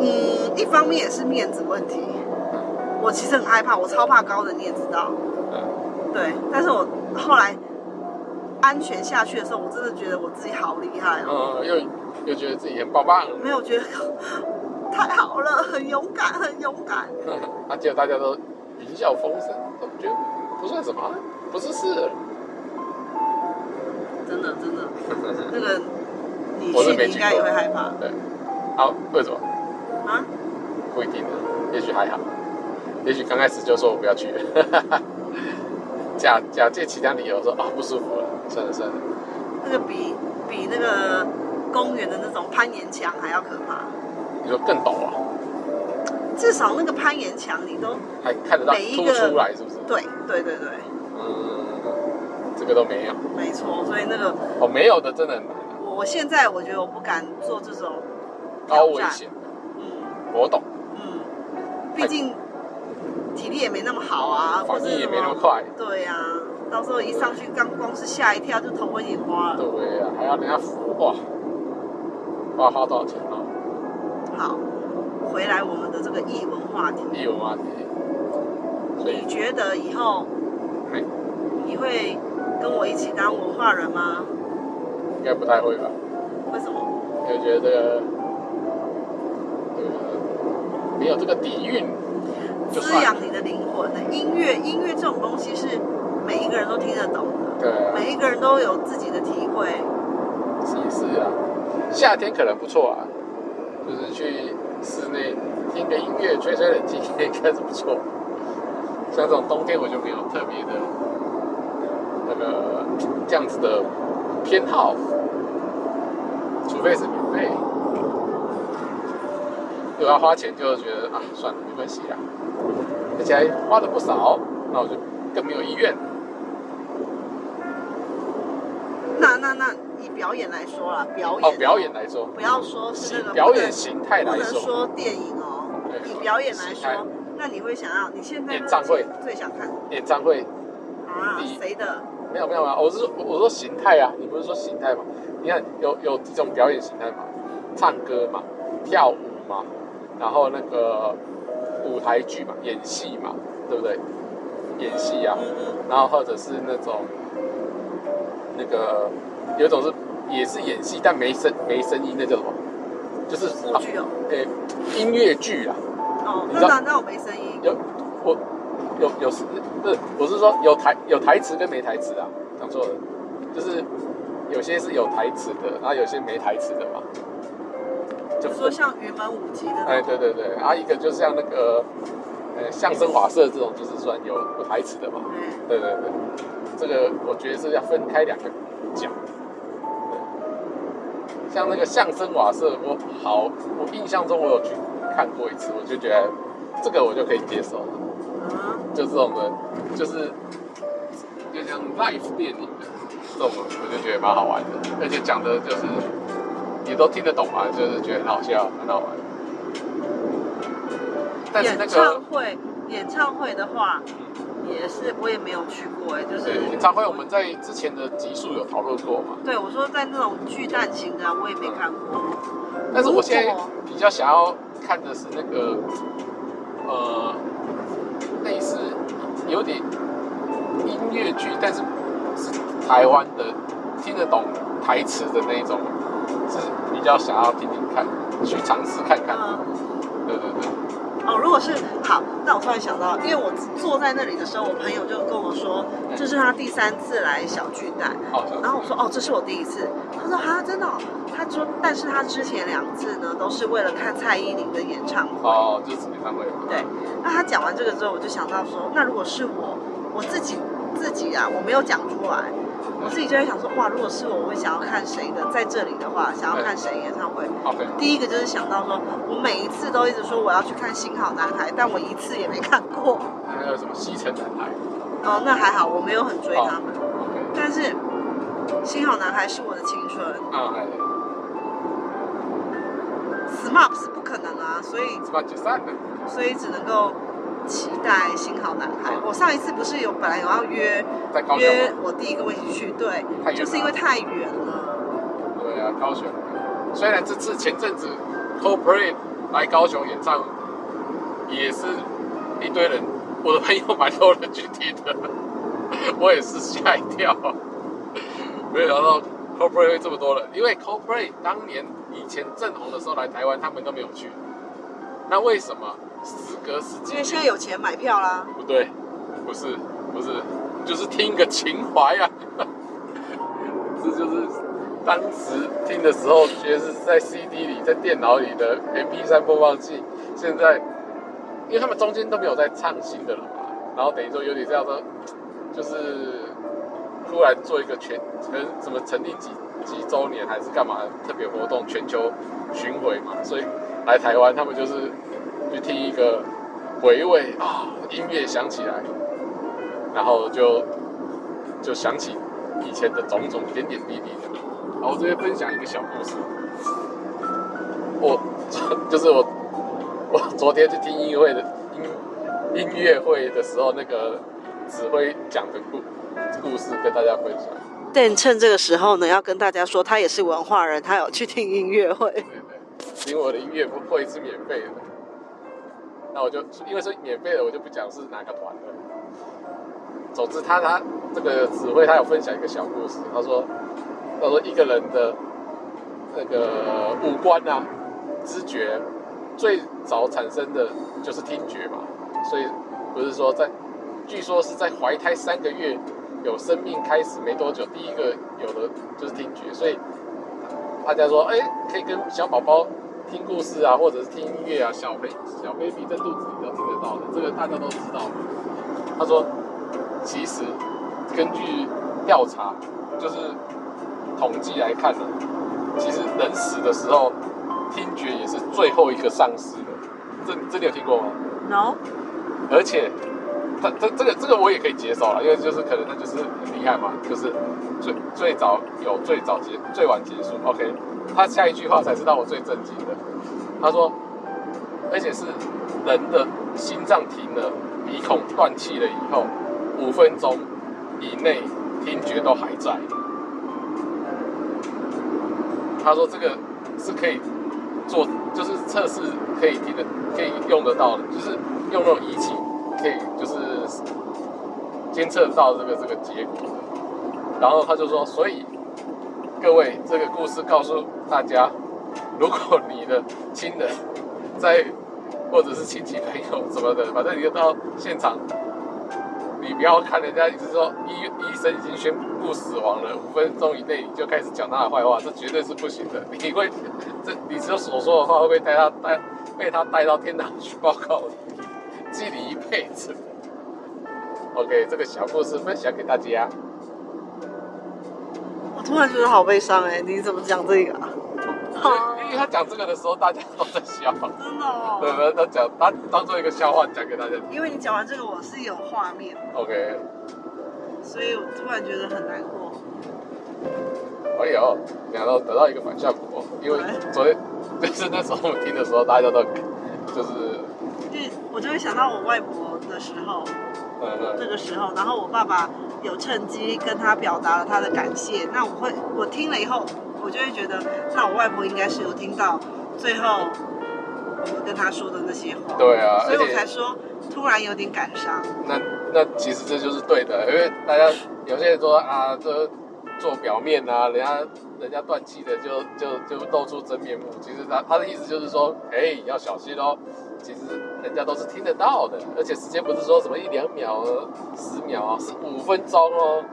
[SPEAKER 1] 嗯，一方面也是面子问题。我其实很害怕，我超怕高的，你也知道。
[SPEAKER 2] 嗯
[SPEAKER 1] 对，但是我后来安全下去的时候，我真的觉得我自己好厉害哦，
[SPEAKER 2] 嗯，又又觉得自己很棒 棒。
[SPEAKER 1] 没有觉得 太好了，很勇敢，很勇敢。
[SPEAKER 2] 啊，结果大家都云笑风生，都觉得不算什么啊，不是事。
[SPEAKER 1] 真的，真的，那个你
[SPEAKER 2] 我是
[SPEAKER 1] 去
[SPEAKER 2] 没
[SPEAKER 1] 你应
[SPEAKER 2] 去
[SPEAKER 1] 该也
[SPEAKER 2] 过
[SPEAKER 1] 会害怕
[SPEAKER 2] 好，为什么？
[SPEAKER 1] 啊。
[SPEAKER 2] 不一定的，也许还好，也许刚开始就说我不要去， 假假借其他理由说啊、不舒服了，算了算了，
[SPEAKER 1] 那个比比那个公园的那种攀岩墙还要可怕。
[SPEAKER 2] 你说更陡啊，
[SPEAKER 1] 至少那个攀岩墙你都
[SPEAKER 2] 还看得到
[SPEAKER 1] 每一
[SPEAKER 2] 凸
[SPEAKER 1] 个
[SPEAKER 2] 出来是不是？
[SPEAKER 1] 对对对对，
[SPEAKER 2] 嗯，这个都没有，
[SPEAKER 1] 没错。所以那个
[SPEAKER 2] 哦，没有的真的很难啊，
[SPEAKER 1] 我我现在我觉得我不敢做这种，
[SPEAKER 2] 高哦危险，哎
[SPEAKER 1] 嗯
[SPEAKER 2] 我懂，
[SPEAKER 1] 嗯，毕竟体力也没那么好啊，或
[SPEAKER 2] 反
[SPEAKER 1] 者
[SPEAKER 2] 应也
[SPEAKER 1] 什
[SPEAKER 2] 没那么
[SPEAKER 1] 么。
[SPEAKER 2] 快，
[SPEAKER 1] 对呀、啊，到时候一上去，刚光是吓一跳就头昏眼花了。
[SPEAKER 2] 对啊，还要人家扶哇，花花多少钱啊？
[SPEAKER 1] 好，回来我们的这个译文话题，
[SPEAKER 2] 一文啊，所以
[SPEAKER 1] 你觉得以后
[SPEAKER 2] 哎
[SPEAKER 1] 你会跟我一起当文化人吗？
[SPEAKER 2] 应该不太会吧？
[SPEAKER 1] 为什么？
[SPEAKER 2] 觉得这个呃没有这个底蕴，就
[SPEAKER 1] 滋
[SPEAKER 2] 算了
[SPEAKER 1] 养你的灵魂的音乐，音乐这种东西是每一个人都听得懂的，
[SPEAKER 2] 对啊，
[SPEAKER 1] 每一个人都有自己的体会。
[SPEAKER 2] 也是啊。夏天可能不错啊，就是去室内听个音乐、吹吹冷气，应该是不错。像这种冬天我就没有特别的那个这样子的偏好，除非是免费。如果要花钱，就觉得啊，算了，没关系啦，而且还花的不少，那我就更没有意愿。
[SPEAKER 1] 那那那以表演来说啦，表演
[SPEAKER 2] 哦，表演来说，
[SPEAKER 1] 不要说是那个
[SPEAKER 2] 表演形态
[SPEAKER 1] 不
[SPEAKER 2] 来
[SPEAKER 1] 能
[SPEAKER 2] 说，
[SPEAKER 1] 说电影哦，
[SPEAKER 2] 对
[SPEAKER 1] 以表演来
[SPEAKER 2] 形态
[SPEAKER 1] 说，那你会想要你现在
[SPEAKER 2] 演唱会
[SPEAKER 1] 最想看
[SPEAKER 2] 演唱会
[SPEAKER 1] 啊
[SPEAKER 2] 第一
[SPEAKER 1] 谁的？
[SPEAKER 2] 没有没有啊，我是说我说形态啊，你不是说形态吗？你看有有几种表演形态嘛，唱歌嘛，跳舞嘛，然后那个舞台剧嘛，演戏嘛，对不对？演戏啊，
[SPEAKER 1] 嗯
[SPEAKER 2] 然后或者是那种那个有一种是也是演戏但没声没声音，那叫什么？就是
[SPEAKER 1] 嗯，
[SPEAKER 2] 啊
[SPEAKER 1] 舞剧哦，
[SPEAKER 2] 诶、音乐剧啊，
[SPEAKER 1] 哦，
[SPEAKER 2] 你
[SPEAKER 1] 那
[SPEAKER 2] 知道
[SPEAKER 1] 那那我没声音，
[SPEAKER 2] 我有有时不是，我是说有台有台词跟没台词啊，讲错了，就是有些是有台词的，然后有些没台词的嘛，就
[SPEAKER 1] 比如说像云门舞集的
[SPEAKER 2] 哎对对对，然后一个就像那个呃相声瓦舍这种，就是算有有台词的嘛，
[SPEAKER 1] 对，
[SPEAKER 2] 对对对，这个我觉得是要分开两个讲。对像那个相声瓦舍，我好，我印象中我有去看过一次，我就觉得这个我就可以接受了。
[SPEAKER 1] 啊，
[SPEAKER 2] 就这种的，就是就像 live 电影的这种，我就觉得蛮好玩的，而且讲的就是也都听得懂嘛，就是觉得很好笑，很好玩。但是那
[SPEAKER 1] 演
[SPEAKER 2] 个
[SPEAKER 1] 唱会演唱会的话，也是我也没有去过哎，就是
[SPEAKER 2] 对演唱会，我们在之前的集数有讨论过嘛，
[SPEAKER 1] 对我说在那种巨蛋型的啊，我也没看过。
[SPEAKER 2] 但是我现在
[SPEAKER 1] 如果
[SPEAKER 2] 比较想要看的是那个呃类似有点音乐剧，但是是台湾的听得懂台词的那一种，是比较想要听听看，去尝试看看。
[SPEAKER 1] 嗯，
[SPEAKER 2] 对对对，
[SPEAKER 1] 哦，如果是好，那我突然想到，因为我坐在那里的时候，我朋友就跟我说，这是他第三次来小巨蛋，
[SPEAKER 2] 好像
[SPEAKER 1] 然后我说哦，这是我第一次。他说啊，真的哦、他说，但是他之前两次呢，都是为了看蔡依林的演唱会。
[SPEAKER 2] 哦，就是演唱会嘛。
[SPEAKER 1] 对，那他讲完这个之后，我就想到说，那如果是我，我自己自己啊，我没有讲出来，我自己就会想说，哇，如果是我，我会想要看谁的，在这里的话，想要看谁演唱会。
[SPEAKER 2] OK，
[SPEAKER 1] 第一个就是想到说，我每一次都一直说我要去看《新好男孩》，但我一次也没看过。
[SPEAKER 2] 还有什么西城男孩
[SPEAKER 1] 哦，那还好，我没有很追他们。
[SPEAKER 2] ？OK，
[SPEAKER 1] 但是《新好男孩》是我的青春
[SPEAKER 2] 啊，哎，
[SPEAKER 1] ，SMAP 是不可能啊，所以
[SPEAKER 2] 什么解散了？
[SPEAKER 1] 所以只能够期待《新好男孩》。我上一次不是有本来有要约
[SPEAKER 2] 在高雄
[SPEAKER 1] 约
[SPEAKER 2] 吗。
[SPEAKER 1] 我弟跟我一起去，对
[SPEAKER 2] 太远了，
[SPEAKER 1] 就是因为太远了。
[SPEAKER 2] 对啊，高雄。虽然这次前阵子 Coldplay 来高雄演唱，也是一堆人，我的朋友蛮多人去听的，我也是吓一跳，没有想到 Coldplay 会这么多人。因为 Coldplay 当年以前正红的时候来台湾，他们都没有去。那为什么时隔十
[SPEAKER 1] 因
[SPEAKER 2] 几
[SPEAKER 1] 为
[SPEAKER 2] 年？
[SPEAKER 1] 现在有钱买票啦，
[SPEAKER 2] 不对，不是，不是，就是听个情怀啊。 这就是当时听的时候，觉得是在 CD 里、在电脑里的 MP3 播放器。现在，因为他们中间都没有在唱新的了嘛，然后等于说有点这样说，就是突然做一个全，可能什么成立几几周年还是干嘛特别活动，全球巡回嘛，所以来台湾他们就是去听一个回味啊、音乐响起来，然后就就想起以前的种种点点滴滴的。好，我这边分享一个小故事。我 就是我，我昨天去听音乐会的音音乐会的时候，那个指挥讲的故故事跟大家分享。
[SPEAKER 1] 但趁这个时候呢，要跟大家说，他也是文化人，他有去听音乐会。
[SPEAKER 2] 对对，因为我的音乐不会是免费的，那我就因为是免费的，我就不讲是哪个团了。总之他，他这个指挥他有分享一个小故事，他说他说一个人的那个五官啊、知觉最早产生的就是听觉嘛，所以不是说在，据说是在怀胎三个月有生命开始没多久，第一个有的就是听觉，所以大家说，哎、可以跟小宝宝听故事啊，或者是听音乐啊，小 baby 小 baby 在肚子里都听得到的，这个大家都知道。他说，其实根据调查，就是统计来看呢、其实人死的时候，听觉也是最后一个丧失的。这这你有听过吗？
[SPEAKER 1] No，
[SPEAKER 2] 而且，他这这个这个我也可以接受了，因为就是可能那就是很厉害嘛，就是最最早有最早结最晚结束。OK，他下一句话才是让我最震惊的，他说，而且是人的心脏停了，鼻孔断气了以后，五分钟以内听觉都还在。他说这个是可以做，就是测试可以听得可以用得到的，就是用那种仪器可以就是监测到这个这个结果。然后他就说，所以各位，这个故事告诉大家，如果你的亲人在或者是亲戚朋友什么的，反正你就到现场。你不要看人家一直说医医生已经宣布死亡了，五分钟以内你就开始讲他的坏话，这绝对是不行的。你会这你这所说的话会被带他带被他带到天堂去报告，记你一辈子。OK，这个小故事分享给大家。
[SPEAKER 1] 我突然觉得好悲伤哎、你怎么讲这个啊？
[SPEAKER 2] 因为他讲这个的时候，大家都在笑，
[SPEAKER 1] 真的哦
[SPEAKER 2] 对，他他讲他当做一个笑话讲给大家听。
[SPEAKER 1] 因为你讲完这个，我是有画面，
[SPEAKER 2] OK，
[SPEAKER 1] 所以我突然觉得很难过。
[SPEAKER 2] 哎呦，然后得到一个反效果，因为昨天就是那时候我们听的时候，大家都
[SPEAKER 1] 就
[SPEAKER 2] 就是
[SPEAKER 1] 是我就会想到我外婆的时候，那
[SPEAKER 2] 呃
[SPEAKER 1] 个时候，然后我爸爸有趁机跟他表达了他的感谢。那我会，我听了以后，我就会觉得，那我外婆应该是有听到最后我跟他说的那些话，
[SPEAKER 2] 对啊，
[SPEAKER 1] 所
[SPEAKER 2] 而
[SPEAKER 1] 以我
[SPEAKER 2] 且
[SPEAKER 1] 才说突然有点感伤。
[SPEAKER 2] 那那其实这就是对的，因为大家有些人说啊，这做表面啊，人家人家断气的就就就露出真面目。其实他他的意思就是说，哎、要小心哦。其实人家都是听得到的，而且时间不是说什么一两秒、十秒啊，是五分钟哦，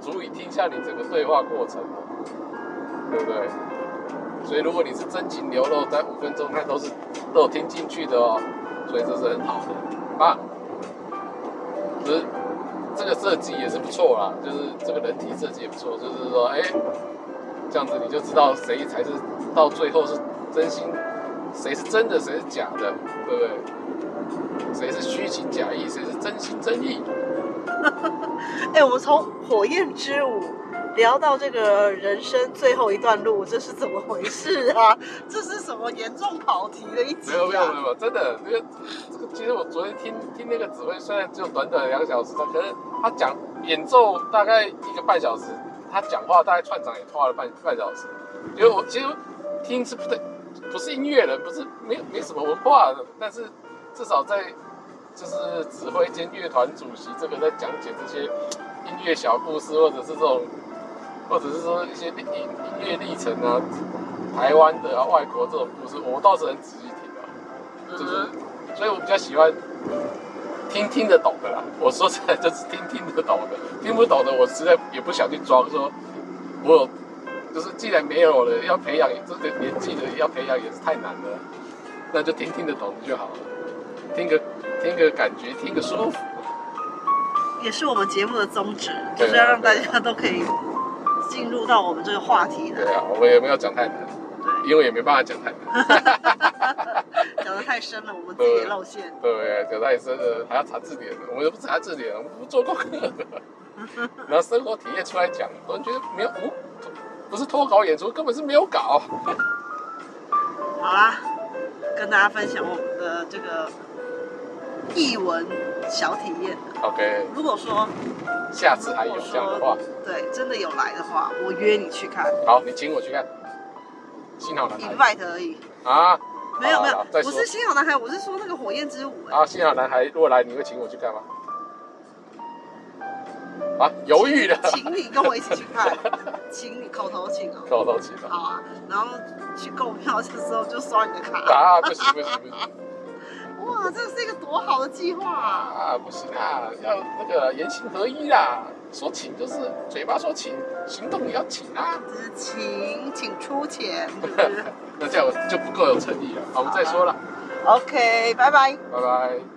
[SPEAKER 2] 足以听下你整个对话过程哦，对不对？所以如果你是真情流露，在五分钟内都是都有听进去的哦，所以这是很好的啊。只是这个设计也是不错啦，就是这个人体设计也不错，就是说，哎、这样子你就知道谁才是到最后是真心，谁是真的，谁是假的，对不对？谁是虚情假意，谁是真心真意？
[SPEAKER 1] 哎、我们从火焰之舞聊到这个人生最后一段路，这是怎么回事啊？这是什么严重跑题的一集、
[SPEAKER 2] 没有没有没
[SPEAKER 1] 啊？
[SPEAKER 2] 有，真的，这个这个，其实我昨天听听那个指挥，虽然只有短短的两小时，但可是他讲演奏大概一个半小时，他讲话大概串场也花了半半小时，因为我其实听是不对，不是音乐人，不是没有没什么文化的，但是至少在就是指挥兼乐团主席这个在讲解这些音乐小故事，或者是这种，或者是说一些音音乐历程啊，台湾的啊外国这种故事，我倒是很仔细听啊。
[SPEAKER 1] 嗯
[SPEAKER 2] 就是，所以我比较喜欢听听得懂的啦。我说实在就是听听得懂的，听不懂的我实在也不想去装说，我有就是既然没有了，要培养这个年纪的要培养也是太难了，那就听听得懂就好了，听个听个感觉，听个舒服。
[SPEAKER 1] 也是我们节目的宗旨，就
[SPEAKER 2] 对啊
[SPEAKER 1] 是要让大家都可以进入到我们这个话题
[SPEAKER 2] 对
[SPEAKER 1] 来。
[SPEAKER 2] 啊，我也没有讲太难，
[SPEAKER 1] 对，
[SPEAKER 2] 因为也没办法讲太难。
[SPEAKER 1] 讲的太深了，我们自己也
[SPEAKER 2] 啊
[SPEAKER 1] 露馅。
[SPEAKER 2] 对，讲太深了还要查字典，我们又不查字典，我们不做功课的。拿生活体验出来讲，我觉得没有无，不是脱稿演出，根本是没有稿。
[SPEAKER 1] 好啦，跟大家分享我们的这个译文小体验。
[SPEAKER 2] OK，
[SPEAKER 1] 如果说
[SPEAKER 2] 下次还有这样的话，
[SPEAKER 1] 对真的有来的话，我约你去看
[SPEAKER 2] 好，你请我去看。幸好男孩
[SPEAKER 1] ，invite 而已。
[SPEAKER 2] 啊
[SPEAKER 1] 没有
[SPEAKER 2] 好
[SPEAKER 1] 没
[SPEAKER 2] 好
[SPEAKER 1] 有，
[SPEAKER 2] 再
[SPEAKER 1] 不
[SPEAKER 2] 说啊
[SPEAKER 1] 是新好男孩，我是说那个火焰之舞、哎
[SPEAKER 2] 啊！幸好男孩，如果来，你会请我去看吗？啊，犹豫了，
[SPEAKER 1] 请你跟我一起去看，请你口头请哦。
[SPEAKER 2] 口头起了，
[SPEAKER 1] 好啊，然后去购票的时候就刷你的卡。
[SPEAKER 2] 啊，不行不行不行
[SPEAKER 1] 哇，这是一个多好的计划啊！
[SPEAKER 2] 啊，不行啊，要那个言行合一啦。说请就是嘴巴说请，行动也要请啊。
[SPEAKER 1] 只是请请出钱，是 不是
[SPEAKER 2] 那这样就不够有诚意了。好，我们再说了，
[SPEAKER 1] ？OK，拜拜。
[SPEAKER 2] 拜拜。